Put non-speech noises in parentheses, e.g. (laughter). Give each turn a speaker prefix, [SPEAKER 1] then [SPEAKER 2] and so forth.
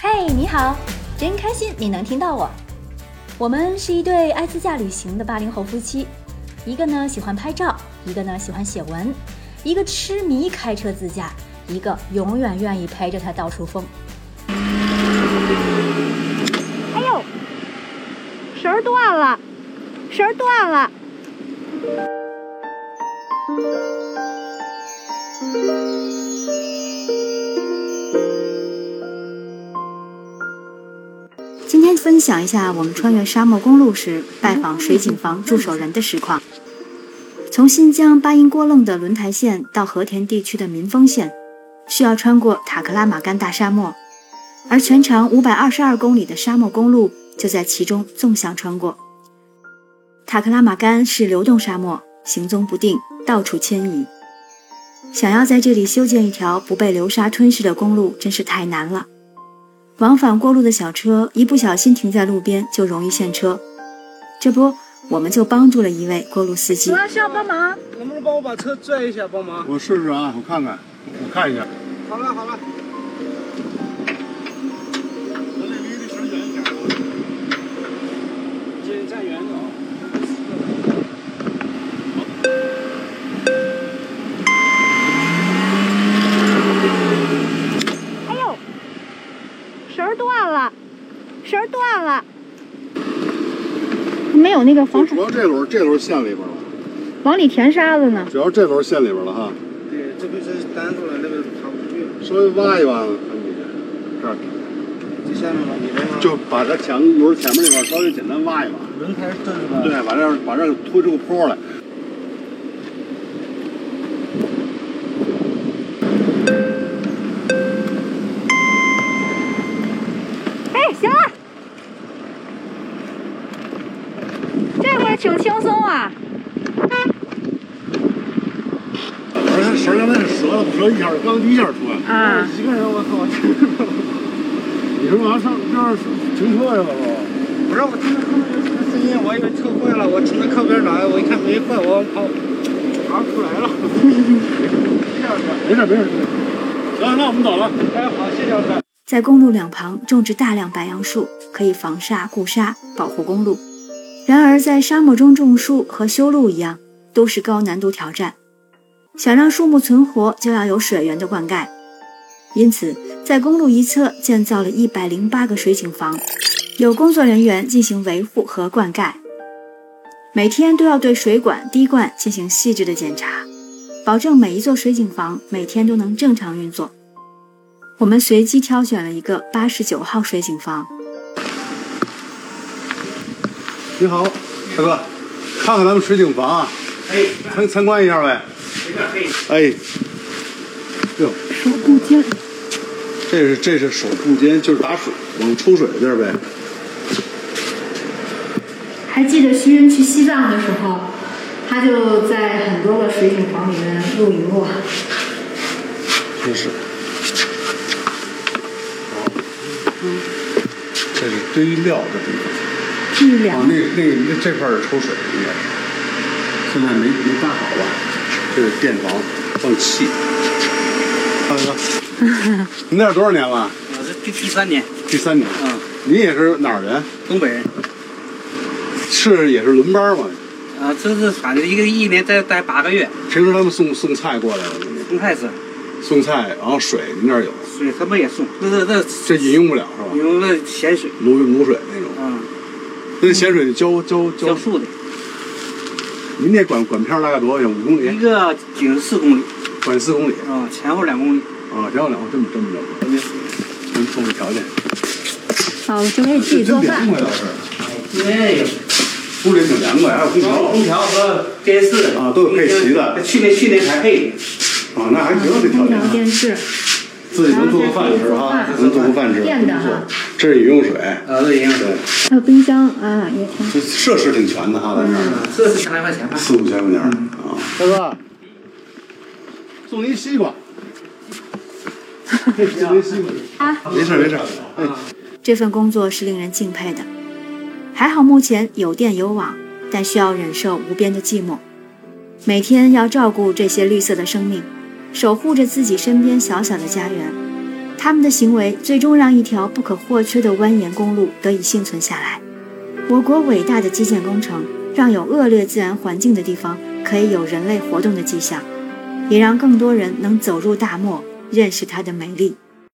[SPEAKER 1] 嗨，你好，真开心你能听到我。我们是一对爱自驾旅行的八零后夫妻，一个呢喜欢拍照，一个呢喜欢写文，一个痴迷开车自驾，一个永远愿意陪着他到处疯。
[SPEAKER 2] 哎呦，绳儿断了，绳儿断了。
[SPEAKER 3] 今天分享一下我们穿越沙漠公路时拜访水井房驻守人的实况。从新疆巴音郭楞的轮台县到和田地区的民丰县，需要穿过塔克拉玛干大沙漠，而全长五百二十二公里的沙漠公路就在其中纵向穿过。塔克拉玛干是流动沙漠，行踪不定，到处迁移。想要在这里修建一条不被流沙吞噬的公路，真是太难了。往返过路的小车一不小心停在路边，就容易陷车。这不，我们就帮助了一位过路司机。
[SPEAKER 2] 主要需要帮忙。
[SPEAKER 4] 能不能帮我把车拽一下，帮忙？
[SPEAKER 5] 我试试啊，我看看，我看一下。
[SPEAKER 4] 好了好了，
[SPEAKER 5] 咱这离这绳远一点啊。
[SPEAKER 4] 这站远点啊。
[SPEAKER 2] 哎呦，绳儿断了，绳儿断了。没有那个防水，
[SPEAKER 5] 主要这轮这轮陷里边了，
[SPEAKER 2] 往里填沙子呢。
[SPEAKER 5] 主要这轮陷里边了哈，
[SPEAKER 4] 对，这个是单出来，那个爬不出去，
[SPEAKER 5] 稍微挖一挖，看你这儿
[SPEAKER 4] 就下面往里边
[SPEAKER 5] 就把它前轮前面那块稍微简单挖一挖，
[SPEAKER 4] 轮胎这是吧？
[SPEAKER 5] 对，把这儿把这儿推出个坡来。
[SPEAKER 2] 哎，行了，这会儿挺轻松啊。
[SPEAKER 5] 而且绳儿刚才是折了，折一下刚第一下出来。
[SPEAKER 2] 啊，
[SPEAKER 4] 一个人我靠，
[SPEAKER 5] 你说往上这儿停车去了不？
[SPEAKER 4] 不是我听着后面有什么声音，我以为车坏了，我停到靠边来，我一看没坏，我跑爬不出来了。谢老师，
[SPEAKER 5] 没事没事。行，那我们走了。
[SPEAKER 4] (laughs) 哎，好，谢谢老师。
[SPEAKER 3] 在公路两旁种植大量白杨树，可以防沙固沙，保护公路。然而，在沙漠中种树和修路一样，都是高难度挑战。想让树木存活，就要有水源的灌溉。因此，在公路一侧建造了一百零八个水井房，有工作人员进行维护和灌溉。每天都要对水管、滴灌进行细致的检查，保证每一座水井房每天都能正常运作。我们随机挑选了一个八十九号水井房，
[SPEAKER 5] 你好，大哥，看看咱们水井房啊，
[SPEAKER 4] 哎，
[SPEAKER 5] 参参观一下呗。
[SPEAKER 4] 没事，可以。
[SPEAKER 5] 哎，哟，
[SPEAKER 2] 手不尖。
[SPEAKER 5] 这是这是手部间，就是打水往抽水的地儿呗。
[SPEAKER 6] 还记得徐云去西藏的时候，他就在很多个水井房里面露营过。
[SPEAKER 5] 真是。这是堆料的地方。
[SPEAKER 2] 巨量
[SPEAKER 5] 哦，那那那这块儿是抽水应该是，现在没没搭好吧？这是电房放气。大哥，您在这儿多少年了？
[SPEAKER 4] 我是第第三年，
[SPEAKER 5] 第三年。
[SPEAKER 4] 嗯，
[SPEAKER 5] 您也是哪儿人？
[SPEAKER 4] 东北人。
[SPEAKER 5] 是也是轮班吗？
[SPEAKER 4] 啊，这是反正一个一年待待八个月，
[SPEAKER 5] 平时他们送送菜过来了，
[SPEAKER 4] 刚开始，
[SPEAKER 5] 送菜，然后水您那儿有，
[SPEAKER 4] 水他们也送，那那那
[SPEAKER 5] 这饮用不了是吧？
[SPEAKER 4] 用那咸水，
[SPEAKER 5] 卤卤水那种，
[SPEAKER 4] 嗯，
[SPEAKER 5] 那咸水浇浇
[SPEAKER 4] 浇
[SPEAKER 5] 浇。
[SPEAKER 4] 树的，
[SPEAKER 5] 您那管管片儿大概多少远？五公
[SPEAKER 4] 一
[SPEAKER 5] 里，
[SPEAKER 4] 个井是四公里，
[SPEAKER 5] 管四公里
[SPEAKER 4] 啊，前后两公里，
[SPEAKER 5] 啊，然后两这么这么着，咱们充分条件。
[SPEAKER 2] 好，哦我就可以自己做
[SPEAKER 5] 真
[SPEAKER 2] 饭。
[SPEAKER 5] 凉快倒是，
[SPEAKER 4] 对，
[SPEAKER 5] 屋里挺凉快，还有空
[SPEAKER 4] 然后
[SPEAKER 5] 调。
[SPEAKER 4] 空调和电视
[SPEAKER 5] 啊都有配齐的
[SPEAKER 4] 去年去年才配的，
[SPEAKER 5] 啊，那还行，这条
[SPEAKER 2] 空
[SPEAKER 5] 件
[SPEAKER 2] 调、
[SPEAKER 5] 啊，
[SPEAKER 2] 电视，
[SPEAKER 5] 自己能做个饭吃啊，能做个饭吃。
[SPEAKER 2] 电的哈，
[SPEAKER 5] 这是饮用水，
[SPEAKER 4] 啊，这营养
[SPEAKER 5] 对，
[SPEAKER 2] 还有冰箱啊，也挺。
[SPEAKER 5] 这设施挺全的哈，在这儿
[SPEAKER 4] 这是三百块钱吧？
[SPEAKER 5] 四五千块钱儿啊。大哥，送您西 (laughs) 瓜。送您西瓜。没事没事，哎，
[SPEAKER 3] 这份工作是令人敬佩的。还好目前有电有网，但需要忍受无边的寂寞。每天要照顾这些绿色的生命，守护着自己身边小小的家园。他们的行为最终让一条不可或缺的蜿蜒公路得以幸存下来。我国伟大的基建工程，让有恶劣自然环境的地方可以有人类活动的迹象，也让更多人能走入大漠，认识它的美丽。